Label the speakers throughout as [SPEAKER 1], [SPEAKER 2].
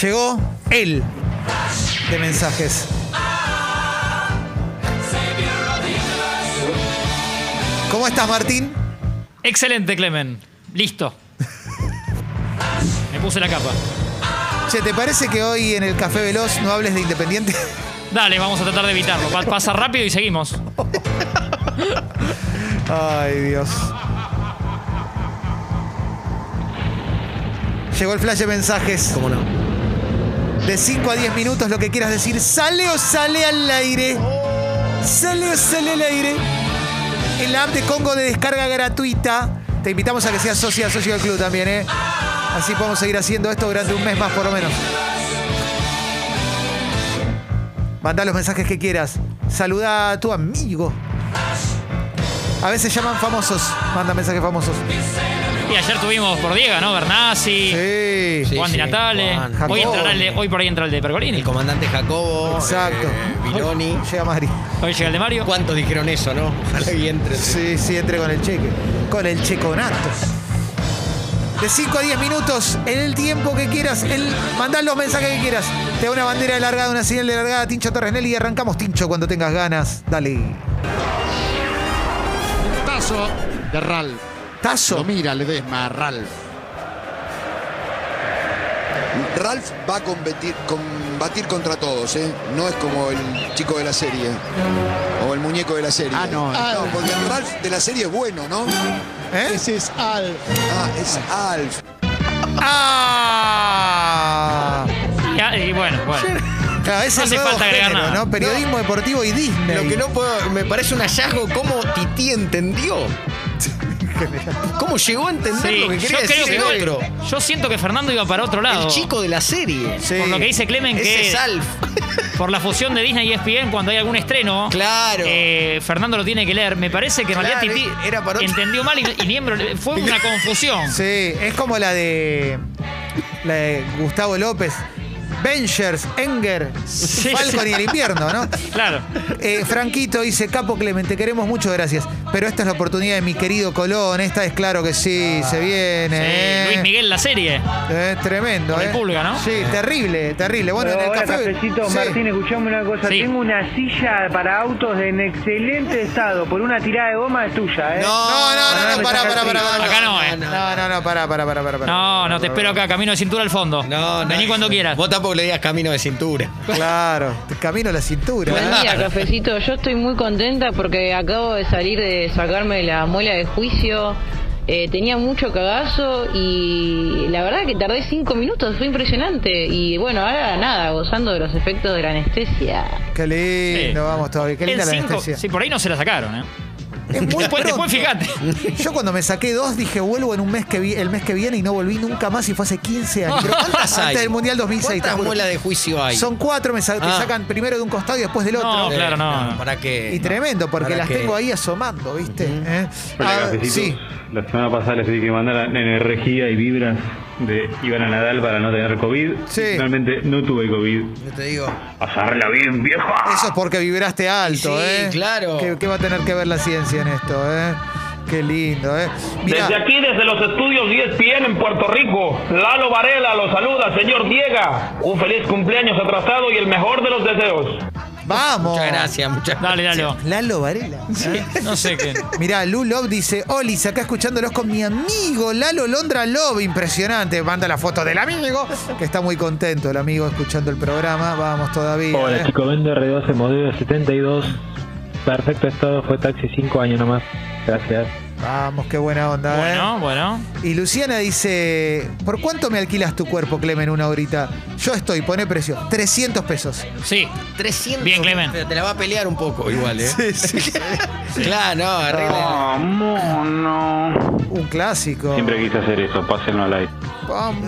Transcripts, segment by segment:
[SPEAKER 1] llegó él de mensajes. ¿Cómo estás, Martín?
[SPEAKER 2] Excelente, Clemen. Listo. Me puse la capa.
[SPEAKER 1] Che, ¿te parece que hoy en el Café Veloz no hables de Independiente?
[SPEAKER 2] Dale, vamos a tratar de evitarlo. Pa- Pasa rápido y seguimos.
[SPEAKER 1] Ay, Dios. Llegó el flash de mensajes.
[SPEAKER 3] ¿Cómo no?
[SPEAKER 1] De 5 a 10 minutos, lo que quieras decir. ¿Sale o sale al aire? ¿Sale o sale al aire? En la app de Congo de descarga gratuita. Te invitamos a que seas socia, socio del club también, ¿eh? Así podemos seguir haciendo esto durante un mes más, por lo menos. Mandá los mensajes que quieras. Saluda a tu amigo. A veces llaman famosos. Manda mensajes famosos.
[SPEAKER 2] Y ayer tuvimos por Diego, ¿no? Bernasi,
[SPEAKER 1] Sí.
[SPEAKER 2] Juan
[SPEAKER 3] Sí, sí,
[SPEAKER 2] Di Natale.
[SPEAKER 3] Juan,
[SPEAKER 2] hoy,
[SPEAKER 1] Jacobo.
[SPEAKER 2] entrará el de- hoy por ahí entra el de Pergolini.
[SPEAKER 3] El comandante Jacobo.
[SPEAKER 1] Exacto.
[SPEAKER 3] eh, Vironi.
[SPEAKER 1] Llega Mari.
[SPEAKER 2] Hoy llega el de Mario.
[SPEAKER 3] ¿Cuántos dijeron eso, no? Ojalá y entren.
[SPEAKER 1] Sí, sí, entre con el cheque. Con el checonato. De 5 a 10 minutos, en el tiempo que quieras, el, mandá los mensajes que quieras. Te da una bandera de largada, una señal de largada, Tincho Torres Nelly, y arrancamos, Tincho, cuando tengas ganas. Dale.
[SPEAKER 4] Tazo de Ralph. Lo
[SPEAKER 1] Tazo.
[SPEAKER 4] mira Ledesma a Ralph.
[SPEAKER 5] Ralph va a competir- combatir contra todos, ¿eh? No es como el chico de la serie. O el muñeco de la serie.
[SPEAKER 4] Ah, no.
[SPEAKER 5] Ah, no, porque el Ralph de la serie es bueno, ¿no?
[SPEAKER 1] ¿Eh?
[SPEAKER 4] Ese es Al.
[SPEAKER 5] Ah, es Alf.
[SPEAKER 1] ¡Ah!
[SPEAKER 2] Y, a- y bueno, bueno.
[SPEAKER 1] Claro, es
[SPEAKER 2] No
[SPEAKER 1] el
[SPEAKER 2] hace
[SPEAKER 1] nuevo
[SPEAKER 2] falta agregar
[SPEAKER 1] género,
[SPEAKER 2] nada.
[SPEAKER 1] ¿no? Periodismo deportivo y Disney.
[SPEAKER 3] Lo que no puedo, me parece un hallazgo cómo Titi entendió. ¿Cómo llegó a entender
[SPEAKER 2] Sí,
[SPEAKER 3] lo que
[SPEAKER 2] yo
[SPEAKER 3] quería decir
[SPEAKER 2] creo que
[SPEAKER 3] el otro?
[SPEAKER 2] Yo siento que Fernando iba para otro lado.
[SPEAKER 3] El chico de la serie.
[SPEAKER 1] Sí.
[SPEAKER 2] Por lo que dice Clemen
[SPEAKER 3] Ese
[SPEAKER 2] que
[SPEAKER 3] es Alf.
[SPEAKER 2] por la fusión de Disney y E ESPN cuando hay algún estreno.
[SPEAKER 3] Claro.
[SPEAKER 2] eh, Fernando lo tiene que leer. Me parece que en realidad
[SPEAKER 3] Claro,
[SPEAKER 2] Titi
[SPEAKER 3] era para otro-
[SPEAKER 2] entendió mal y, y miembro fue una confusión.
[SPEAKER 1] Sí, es como la de. La de Gustavo López. Vengers, Enger,
[SPEAKER 2] Sí.
[SPEAKER 1] Falcon y el invierno, ¿no?
[SPEAKER 2] Claro.
[SPEAKER 1] Eh, Franquito dice, Capo Clemente, queremos mucho, gracias. Pero esta es la oportunidad de mi querido Colón. Esta es claro que sí, se viene.
[SPEAKER 2] Eh,
[SPEAKER 1] eh.
[SPEAKER 2] Luis Miguel la serie.
[SPEAKER 1] Eh, tremendo,
[SPEAKER 2] Con el
[SPEAKER 1] eh.
[SPEAKER 2] pulga, ¿no?
[SPEAKER 1] Sí, terrible, terrible. Bueno,
[SPEAKER 6] Pero
[SPEAKER 1] en el
[SPEAKER 6] ahora,
[SPEAKER 1] café.
[SPEAKER 6] cafecito,
[SPEAKER 1] sí.
[SPEAKER 6] Martín, ¿eh? escuchame una cosa.
[SPEAKER 2] Sí.
[SPEAKER 6] Tengo una silla para autos en excelente estado. Por una tirada de goma es tuya, ¿eh?
[SPEAKER 1] No, no, no, no, pará, pará, pará, pará.
[SPEAKER 2] Acá no, eh.
[SPEAKER 1] No, no, no, pará, pará, pará, pará. pará.
[SPEAKER 2] No, no, te espero acá, camino de cintura al fondo.
[SPEAKER 3] No, no.
[SPEAKER 2] Vení cuando quieras.
[SPEAKER 3] Vos tampoco le digas camino de cintura.
[SPEAKER 1] Claro, te camino la cintura.
[SPEAKER 7] Buen día,
[SPEAKER 1] ¿eh?
[SPEAKER 7] cafecito. Yo estoy muy contenta porque acabo de salir de sacarme la muela de juicio. Eh, tenía mucho cagazo y la verdad que tardé cinco minutos, fue impresionante. Y bueno, ahora nada, gozando de los efectos de la anestesia.
[SPEAKER 1] Qué lindo,
[SPEAKER 2] Sí.
[SPEAKER 1] vamos todavía. Qué
[SPEAKER 2] En
[SPEAKER 1] linda la
[SPEAKER 2] cinco-
[SPEAKER 1] anestesia.
[SPEAKER 2] Sí, por ahí no se la sacaron, eh.
[SPEAKER 1] Es muy
[SPEAKER 2] Después,
[SPEAKER 1] pronto.
[SPEAKER 2] después fíjate.
[SPEAKER 1] Yo cuando me saqué dos dije vuelvo en un mes que vi- el mes que viene y no volví nunca más y fue hace 15 años.
[SPEAKER 3] Pero ¿cuántas hay?
[SPEAKER 1] Antes del Mundial 2006. te
[SPEAKER 3] ¿Cuántas
[SPEAKER 1] juro.
[SPEAKER 3] muelas de juicio hay?
[SPEAKER 1] Son cuatro, me sa- te
[SPEAKER 3] Ah.
[SPEAKER 1] sacan primero de un costado y después del otro.
[SPEAKER 2] No,
[SPEAKER 3] Eh,
[SPEAKER 2] claro, no, no.
[SPEAKER 3] ¿Para qué?
[SPEAKER 1] Y tremendo, porque
[SPEAKER 3] ¿Para
[SPEAKER 1] las
[SPEAKER 3] qué?
[SPEAKER 1] tengo ahí asomando, ¿viste? ¿Eh?
[SPEAKER 8] Hola,
[SPEAKER 1] Ah,
[SPEAKER 8] cafecitos.
[SPEAKER 1] sí.
[SPEAKER 8] La semana pasada les pedí que mandaran energía y vibras de Iván Nadal para no tener COVID.
[SPEAKER 1] Sí.
[SPEAKER 8] Y Finalmente no tuve COVID.
[SPEAKER 3] Yo te digo.
[SPEAKER 8] Pasarla bien, vieja.
[SPEAKER 1] Eso es porque vibraste alto,
[SPEAKER 3] Sí,
[SPEAKER 1] ¿eh?
[SPEAKER 3] claro.
[SPEAKER 1] ¿Qué, qué va a tener que ver la ciencia en esto, eh? Qué lindo, ¿eh? Mirá,
[SPEAKER 9] Desde aquí, desde los estudios E ESPN en Puerto Rico, Lalo Varela lo saluda, señor Diega. Un feliz cumpleaños atrasado y el mejor de los deseos.
[SPEAKER 1] vamos.
[SPEAKER 3] Muchas gracias, muchas
[SPEAKER 2] Dale,
[SPEAKER 3] gracias.
[SPEAKER 2] dale.
[SPEAKER 1] Lalo Varela.
[SPEAKER 2] No sé qué.
[SPEAKER 1] Mirá, Lu Love dice, Olis, acá escuchándolos con mi amigo Lalo Londra Love, impresionante. Manda la foto del amigo, que está muy contento el amigo escuchando el programa. Vamos todavía.
[SPEAKER 10] Hola
[SPEAKER 1] ¿eh?
[SPEAKER 10] chicos, vendo R12 modelo 72. Perfecto estado, fue taxi 5 años nomás. Gracias.
[SPEAKER 1] Vamos, qué buena onda, ¿eh?
[SPEAKER 2] Bueno, bueno.
[SPEAKER 1] Y Luciana dice, ¿por cuánto me alquilas tu cuerpo, Clemen, una horita? Yo estoy, pone precio, 300 pesos.
[SPEAKER 2] Sí.
[SPEAKER 3] 300.
[SPEAKER 2] Bien, Clemen.
[SPEAKER 3] Pero te la va a pelear un poco igual, ¿eh? Sí, sí. claro, no, arregla.
[SPEAKER 8] no.
[SPEAKER 1] Un clásico.
[SPEAKER 8] Siempre quise hacer eso, pásenlo al aire.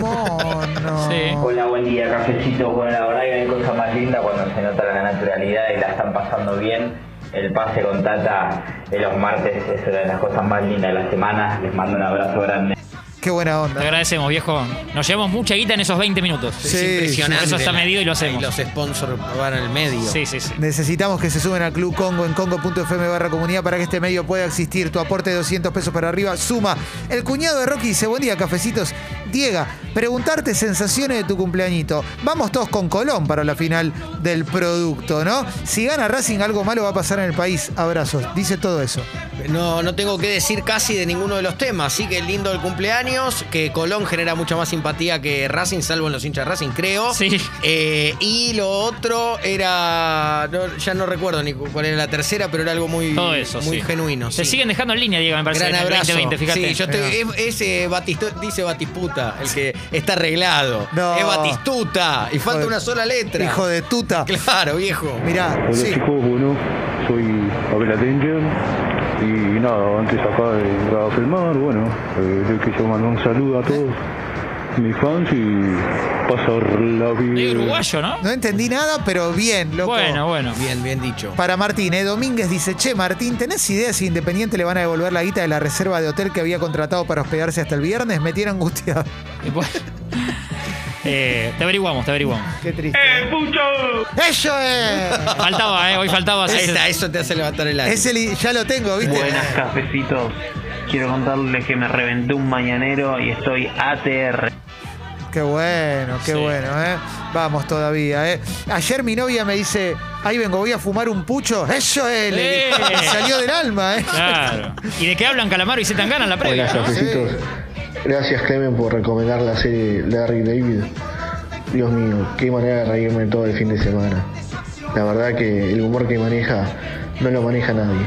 [SPEAKER 1] Vámonos.
[SPEAKER 2] Sí.
[SPEAKER 11] Hola, buen día, cafecito. Bueno, la verdad que hay cosa más linda cuando se nota la naturalidad y la están pasando bien. El pase con Tata de los martes es una de las cosas más lindas de la semana. Les mando un abrazo grande.
[SPEAKER 1] Qué buena
[SPEAKER 2] Te
[SPEAKER 1] onda. ¿eh?
[SPEAKER 2] agradecemos, viejo. Nos llevamos mucha guita en esos 20 minutos.
[SPEAKER 1] Sí,
[SPEAKER 3] es impresionante.
[SPEAKER 2] sí, eso está
[SPEAKER 3] la-
[SPEAKER 2] medido y lo hacemos.
[SPEAKER 3] y los sponsors van al medio.
[SPEAKER 2] Sí, sí, sí.
[SPEAKER 1] Necesitamos que se suben a Club Congo en congo.fm barra comunidad para que este medio pueda existir. Tu aporte de 200 pesos para arriba suma. El cuñado de Rocky dice, buen día, cafecitos. Diega, preguntarte sensaciones de tu cumpleañito. Vamos todos con Colón para la final del producto, ¿no? Si gana Racing, algo malo va a pasar en el país. Abrazos. Dice todo eso.
[SPEAKER 3] No, no tengo que decir casi de ninguno de los temas. Sí que lindo el cumpleaños, que Colón genera mucha más simpatía que Racing, salvo en los hinchas de Racing, creo.
[SPEAKER 2] Sí.
[SPEAKER 3] Eh, y lo otro era. no, ya no recuerdo ni cu- cuál era la tercera, pero era algo muy,
[SPEAKER 2] Todo eso,
[SPEAKER 3] muy
[SPEAKER 2] sí.
[SPEAKER 3] genuino.
[SPEAKER 2] Se
[SPEAKER 3] sí.
[SPEAKER 2] siguen dejando en línea, Diego, me parece.
[SPEAKER 3] Gran
[SPEAKER 2] en el
[SPEAKER 3] abrazo.
[SPEAKER 2] 2020, fíjate.
[SPEAKER 3] Sí, yo estoy, es, es, eh, Batistu- dice Batisputa, el que está arreglado.
[SPEAKER 1] No.
[SPEAKER 3] Es Batistuta. Y
[SPEAKER 1] Hijo
[SPEAKER 3] falta
[SPEAKER 1] de-
[SPEAKER 3] una sola letra.
[SPEAKER 1] Hijo de tuta.
[SPEAKER 3] Claro, viejo.
[SPEAKER 1] Mirá,
[SPEAKER 8] Hola
[SPEAKER 1] sí.
[SPEAKER 8] chicos, bueno, soy Abel Attention y nada, antes acá de Gado Filmar, bueno, eh, le quiero mandar un saludo a todos mis fans y pasar la
[SPEAKER 2] Es
[SPEAKER 8] vida.
[SPEAKER 2] uruguayo, ¿no?
[SPEAKER 1] No entendí nada, pero bien, loco.
[SPEAKER 2] Bueno, bueno.
[SPEAKER 3] Bien, bien dicho.
[SPEAKER 1] Para Martín, eh, Domínguez dice, che, Martín, ¿tenés idea si Independiente le van a devolver la guita de la reserva de hotel que había contratado para hospedarse hasta el viernes? Me tiene angustiado.
[SPEAKER 2] Y bueno, eh, te averiguamos, te averiguamos.
[SPEAKER 1] Qué triste.
[SPEAKER 9] pucho!
[SPEAKER 1] ¡Eso es!
[SPEAKER 2] Faltaba, ¿eh? Hoy faltaba. sí,
[SPEAKER 3] Ahí
[SPEAKER 2] sí.
[SPEAKER 3] está, eso te hace levantar el aire.
[SPEAKER 1] Es el- ya lo tengo, ¿viste?
[SPEAKER 12] Buenas cafecitos. Quiero contarles que me reventé un mañanero y estoy ATR.
[SPEAKER 1] Qué bueno, qué
[SPEAKER 2] Sí.
[SPEAKER 1] bueno, ¿eh? Vamos todavía, ¿eh? Ayer mi novia me dice, ahí vengo, voy a fumar un pucho. ¡Eso es! Le-
[SPEAKER 2] ¡Eh!
[SPEAKER 1] le salió del alma, ¿eh?
[SPEAKER 2] Claro. ¿Y de qué hablan Calamaro y Zetangana en la previa? no?
[SPEAKER 1] cafecitos.
[SPEAKER 12] Gracias Clemen por recomendar la serie Larry David. Dios mío, qué manera de reírme todo el fin de semana. La verdad que el humor que maneja no lo maneja nadie.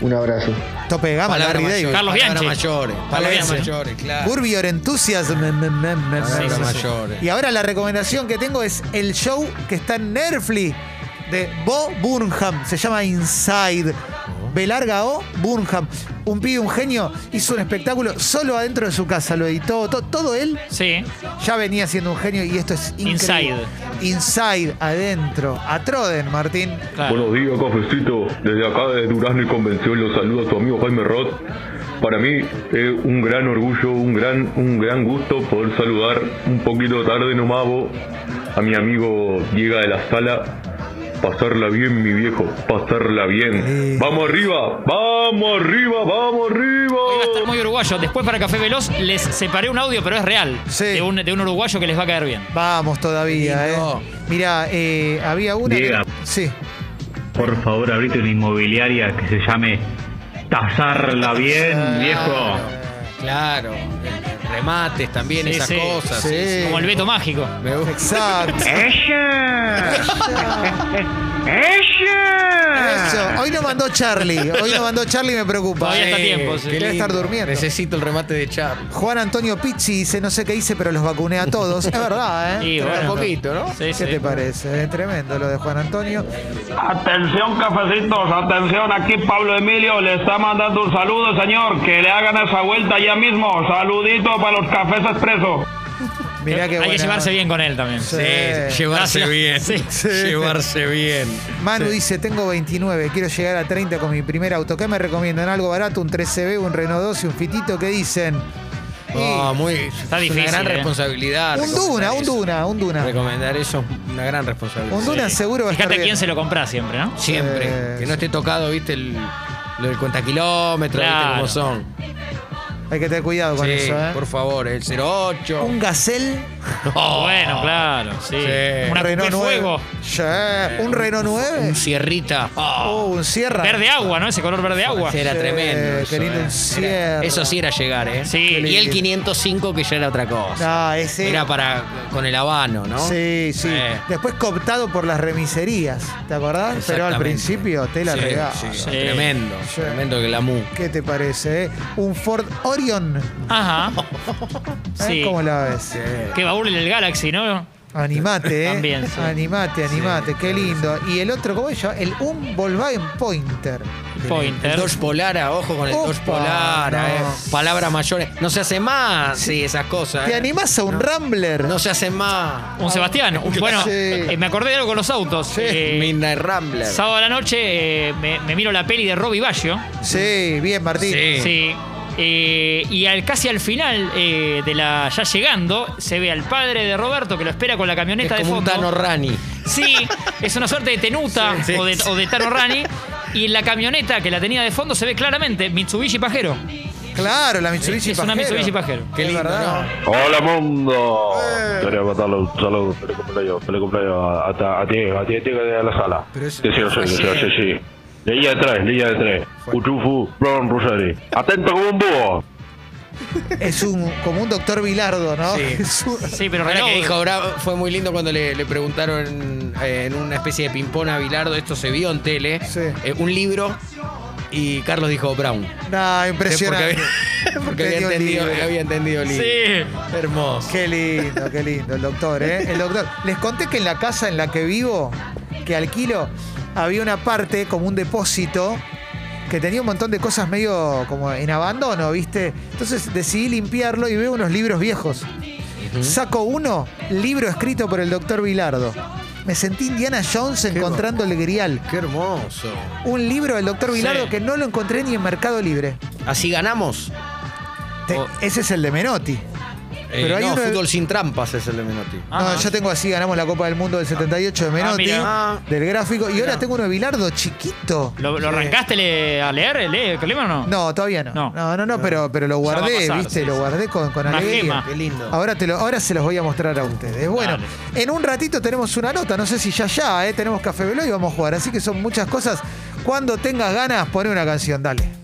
[SPEAKER 12] Un abrazo.
[SPEAKER 1] Tope de gama,
[SPEAKER 3] Palabra
[SPEAKER 1] Larry
[SPEAKER 3] mayor,
[SPEAKER 1] David.
[SPEAKER 2] Carlos
[SPEAKER 3] palabra
[SPEAKER 2] Bianchi.
[SPEAKER 3] mayores,
[SPEAKER 2] Palabra
[SPEAKER 3] palabras
[SPEAKER 2] Bianchi.
[SPEAKER 3] mayores, claro.
[SPEAKER 1] Burbior Enthusiasm. me, me, me, me,
[SPEAKER 3] Palabras
[SPEAKER 1] me.
[SPEAKER 2] sí, sí.
[SPEAKER 3] mayores.
[SPEAKER 1] Y ahora la recomendación que tengo es el show que está en Netflix de Bo Burnham. Se llama Inside.
[SPEAKER 3] Oh.
[SPEAKER 1] B larga O Burnham. Un pibe, un genio, hizo un espectáculo solo adentro de su casa. Lo editó to- todo él.
[SPEAKER 2] Sí.
[SPEAKER 1] Ya venía siendo un genio y esto es increíble. Inside. Inside, adentro. A Troden, Martín.
[SPEAKER 2] Claro.
[SPEAKER 8] Buenos días, cafecito. Desde acá de Durazno y Convención los saluda su amigo Jaime Roth. Para mí es un gran orgullo, un gran, un gran gusto poder saludar un poquito tarde nomás vos, a mi amigo Diego de la Sala. Pasarla bien, mi viejo, pasarla bien. ¡Vamos arriba! ¡Vamos arriba! ¡Vamos
[SPEAKER 2] Hoy va a estar
[SPEAKER 8] arriba!
[SPEAKER 2] muy uruguayo. Después para Café Veloz les separé un audio, pero es real.
[SPEAKER 1] Sí.
[SPEAKER 2] De, un, de un uruguayo que les va a caer bien.
[SPEAKER 1] Vamos todavía,
[SPEAKER 3] Qué
[SPEAKER 1] ¿eh?
[SPEAKER 3] lindo.
[SPEAKER 1] Mirá, eh, había una. que-
[SPEAKER 8] Diga.
[SPEAKER 1] Sí.
[SPEAKER 12] Por favor, abrite una inmobiliaria que se llame Tasarla Bien,
[SPEAKER 3] Claro, Claro, Eh, remates también,
[SPEAKER 2] Sí,
[SPEAKER 3] esas
[SPEAKER 2] sí.
[SPEAKER 3] cosas.
[SPEAKER 1] Sí.
[SPEAKER 2] Como el Beto Mágico.
[SPEAKER 3] Me gusta.
[SPEAKER 1] Exacto. Eso. Hoy no mandó Charlie. Hoy no mandó Charlie, me preocupa.
[SPEAKER 2] Todavía está
[SPEAKER 1] Eh,
[SPEAKER 2] tiempo, sí.
[SPEAKER 1] Debe
[SPEAKER 3] lindo.
[SPEAKER 1] estar durmiendo.
[SPEAKER 3] Necesito el remate de Charlie.
[SPEAKER 1] Juan Antonio Pizzi dice, no sé qué hice, pero los vacuné a todos. Es verdad, ¿eh?
[SPEAKER 2] Y
[SPEAKER 3] Un
[SPEAKER 2] bueno.
[SPEAKER 3] poquito, ¿no?
[SPEAKER 2] Sí, sí.
[SPEAKER 1] ¿Qué te parece? Es tremendo lo de Juan Antonio.
[SPEAKER 9] Atención, cafecitos, atención. Aquí Pablo Emilio le está mandando un saludo, señor. Que le hagan esa vuelta ya mismo. Saludito para los cafés expresos.
[SPEAKER 1] Mirá qué
[SPEAKER 2] Hay que
[SPEAKER 1] buena
[SPEAKER 2] llevarse
[SPEAKER 1] onda.
[SPEAKER 2] bien con él también.
[SPEAKER 1] Sí.
[SPEAKER 3] Sí, llevarse
[SPEAKER 2] Gracias.
[SPEAKER 3] bien.
[SPEAKER 2] Sí.
[SPEAKER 1] Sí.
[SPEAKER 3] Llevarse bien.
[SPEAKER 1] Manu dice, tengo 29, quiero llegar a 30 con mi primer auto. ¿Qué me recomiendan? ¿Algo barato? ¿Un 3CB, un Renault 12, un Fitito? ¿Qué dicen? Y
[SPEAKER 3] Ah, muy, es
[SPEAKER 2] difícil,
[SPEAKER 3] Una gran
[SPEAKER 2] eh.
[SPEAKER 3] responsabilidad.
[SPEAKER 1] un Duna,
[SPEAKER 3] recomendar
[SPEAKER 1] un
[SPEAKER 3] eso.
[SPEAKER 1] Duna, un Duna.
[SPEAKER 3] Recomendar eso es una gran responsabilidad.
[SPEAKER 1] Un Eh, Duna
[SPEAKER 2] Sí.
[SPEAKER 1] seguro va a estar
[SPEAKER 2] Fíjate a
[SPEAKER 1] bien.
[SPEAKER 2] quién se lo compra siempre, ¿no?
[SPEAKER 3] Siempre.
[SPEAKER 1] Sí,
[SPEAKER 3] que no esté tocado, viste, el, lo del cuentakilómetro, viste
[SPEAKER 2] Claro.
[SPEAKER 3] cómo son.
[SPEAKER 1] Hay que tener cuidado con
[SPEAKER 3] Sí,
[SPEAKER 1] eso, ¿eh?
[SPEAKER 3] por favor, el 08.
[SPEAKER 1] Un Gazelle,
[SPEAKER 3] Oh,
[SPEAKER 2] Bueno, claro. Sí.
[SPEAKER 3] Sí.
[SPEAKER 2] Una
[SPEAKER 1] Renault
[SPEAKER 2] Renault
[SPEAKER 1] 9.
[SPEAKER 2] fuego.
[SPEAKER 1] Sí, un Renault 9.
[SPEAKER 3] Un sierrita.
[SPEAKER 1] Oh, un Sierra.
[SPEAKER 2] Verde agua, ¿no? Ese color verde agua.
[SPEAKER 3] Ese era
[SPEAKER 1] Sí,
[SPEAKER 3] tremendo. Eso,
[SPEAKER 1] querido,
[SPEAKER 3] eh.
[SPEAKER 1] un Sierra.
[SPEAKER 3] Era- eso sí era llegar, ¿eh?
[SPEAKER 2] Sí.
[SPEAKER 3] Y el
[SPEAKER 1] lindo.
[SPEAKER 3] 505, que ya era otra cosa.
[SPEAKER 1] No, ese.
[SPEAKER 3] Era para con el habano, ¿no?
[SPEAKER 1] Sí, sí.
[SPEAKER 3] Eh.
[SPEAKER 1] Después cooptado por las remiserías, ¿te acordás? Pero al
[SPEAKER 3] Exactamente.
[SPEAKER 1] principio te la
[SPEAKER 3] Sí,
[SPEAKER 1] regaba.
[SPEAKER 3] sí,
[SPEAKER 2] Sí.
[SPEAKER 3] Tremendo,
[SPEAKER 1] Sí.
[SPEAKER 3] tremendo glamour.
[SPEAKER 1] ¿Qué te parece? eh? Un Ford Orion. ¿eh?
[SPEAKER 2] Ajá. Sí.
[SPEAKER 1] ¿Cómo la ves?
[SPEAKER 2] Que va a burlar el Galaxy, ¿no?
[SPEAKER 1] Animate, ¿eh?
[SPEAKER 2] También, sí.
[SPEAKER 1] Animate, animate. Qué lindo. Y el otro, ¿cómo se llama? El un Volkswagen Pointer.
[SPEAKER 2] Pointer.
[SPEAKER 3] El Dodge Polara, ah, ojo con el
[SPEAKER 1] Opa,
[SPEAKER 3] Dodge Polara, eh.
[SPEAKER 1] no.
[SPEAKER 3] Palabras mayores. No se hace más, sí, esas cosas.
[SPEAKER 1] ¿Te
[SPEAKER 3] eh.
[SPEAKER 1] animás a un Rambler?
[SPEAKER 3] No se hace más.
[SPEAKER 2] Un Sebastián. Un- bueno,
[SPEAKER 1] Sí.
[SPEAKER 2] eh, me acordé de algo con los autos. Eh,
[SPEAKER 3] Midnight Rambler.
[SPEAKER 2] sábado a la noche eh, me, me miro la peli de Robbie Baggio.
[SPEAKER 1] Sí, bien, Martín.
[SPEAKER 3] Sí.
[SPEAKER 2] Sí. Eh, y al, casi al final eh, de la. ya llegando, se ve al padre de Roberto que lo espera con la
[SPEAKER 3] es
[SPEAKER 2] camioneta de
[SPEAKER 3] como un
[SPEAKER 2] fondo.
[SPEAKER 3] Tano Rani.
[SPEAKER 2] Sí, es una suerte de tenuta
[SPEAKER 3] Sí, sí,
[SPEAKER 2] o, de,
[SPEAKER 3] sí.
[SPEAKER 2] o de Tano Rani. Y en la camioneta que la tenía de fondo se ve claramente Mitsubishi Pajero.
[SPEAKER 1] Claro, la Mitsubishi
[SPEAKER 2] Es una Mitsubishi Pajero.
[SPEAKER 1] Qué lindo,
[SPEAKER 13] Hola mundo. Quería mandarle un saludo, feliz cumpleaños, feliz cumpleaños a, a, a Diego, a Diego Diego de la sala. Que sí, lo sé, que sí, sí, sí. Lilla de tres, lilla de tres. Uchufu, Brown Rosari. Atento como un búho.
[SPEAKER 1] Es un, como un doctor Bilardo, ¿no? Es un-
[SPEAKER 2] Sí, pero eh.
[SPEAKER 3] Ahora
[SPEAKER 2] reloj.
[SPEAKER 3] que dijo, Bravo, fue muy lindo cuando le, le preguntaron eh, en una especie de ping-pong a Bilardo, esto se vio en tele, eh, un libro, y Carlos dijo Brown.
[SPEAKER 1] No, impresionante.
[SPEAKER 3] Porque había, porque había
[SPEAKER 1] dio el
[SPEAKER 3] entendido,
[SPEAKER 1] libro.
[SPEAKER 3] había entendido el libro.
[SPEAKER 2] Sí.
[SPEAKER 3] Hermoso.
[SPEAKER 1] Qué lindo, qué lindo el doctor, ¿eh? El doctor. Les conté que en la casa en la que vivo, que alquilo, había una parte como un depósito que tenía un montón de cosas medio como en abandono, ¿viste? Entonces decidí limpiarlo y veo unos libros viejos. Saco uno, libro escrito por el doctor Vilardo. Me sentí Indiana Jones encontrando el grial.
[SPEAKER 3] Qué hermoso.
[SPEAKER 1] Un libro del doctor Vilardo
[SPEAKER 3] Sí.
[SPEAKER 1] que no lo encontré ni en Mercado Libre.
[SPEAKER 3] Así ganamos.
[SPEAKER 1] Te- Ese es el de Menotti.
[SPEAKER 3] Eh,
[SPEAKER 1] Pero hay
[SPEAKER 3] no,
[SPEAKER 1] uno-
[SPEAKER 3] fútbol sin trampas es el de Menotti.
[SPEAKER 2] Ah.
[SPEAKER 1] No, yo tengo así, ganamos la Copa del Mundo del 78 de Menotti,
[SPEAKER 2] mira.
[SPEAKER 1] del gráfico, y ahora tengo uno de Bilardo chiquito.
[SPEAKER 2] ¿Lo, lo
[SPEAKER 1] Sí.
[SPEAKER 2] arrancaste le- a leer, lee el clima o no?
[SPEAKER 1] No, todavía no.
[SPEAKER 2] No.
[SPEAKER 1] No, no, no, pero, pero lo
[SPEAKER 2] Ya va a
[SPEAKER 1] guardé,
[SPEAKER 2] pasar,
[SPEAKER 1] ¿viste?
[SPEAKER 2] sí,
[SPEAKER 1] lo
[SPEAKER 2] sí.
[SPEAKER 1] guardé con, con
[SPEAKER 2] Una
[SPEAKER 1] alegría.
[SPEAKER 2] gema. Qué
[SPEAKER 3] lindo.
[SPEAKER 1] Ahora, te lo, ahora se los voy a mostrar a ustedes. Bueno, en un ratito tenemos una nota, no sé si ya ya, ¿eh? tenemos Café Velo y vamos a jugar, así que son muchas cosas. Cuando tengas ganas, poné una canción, dale.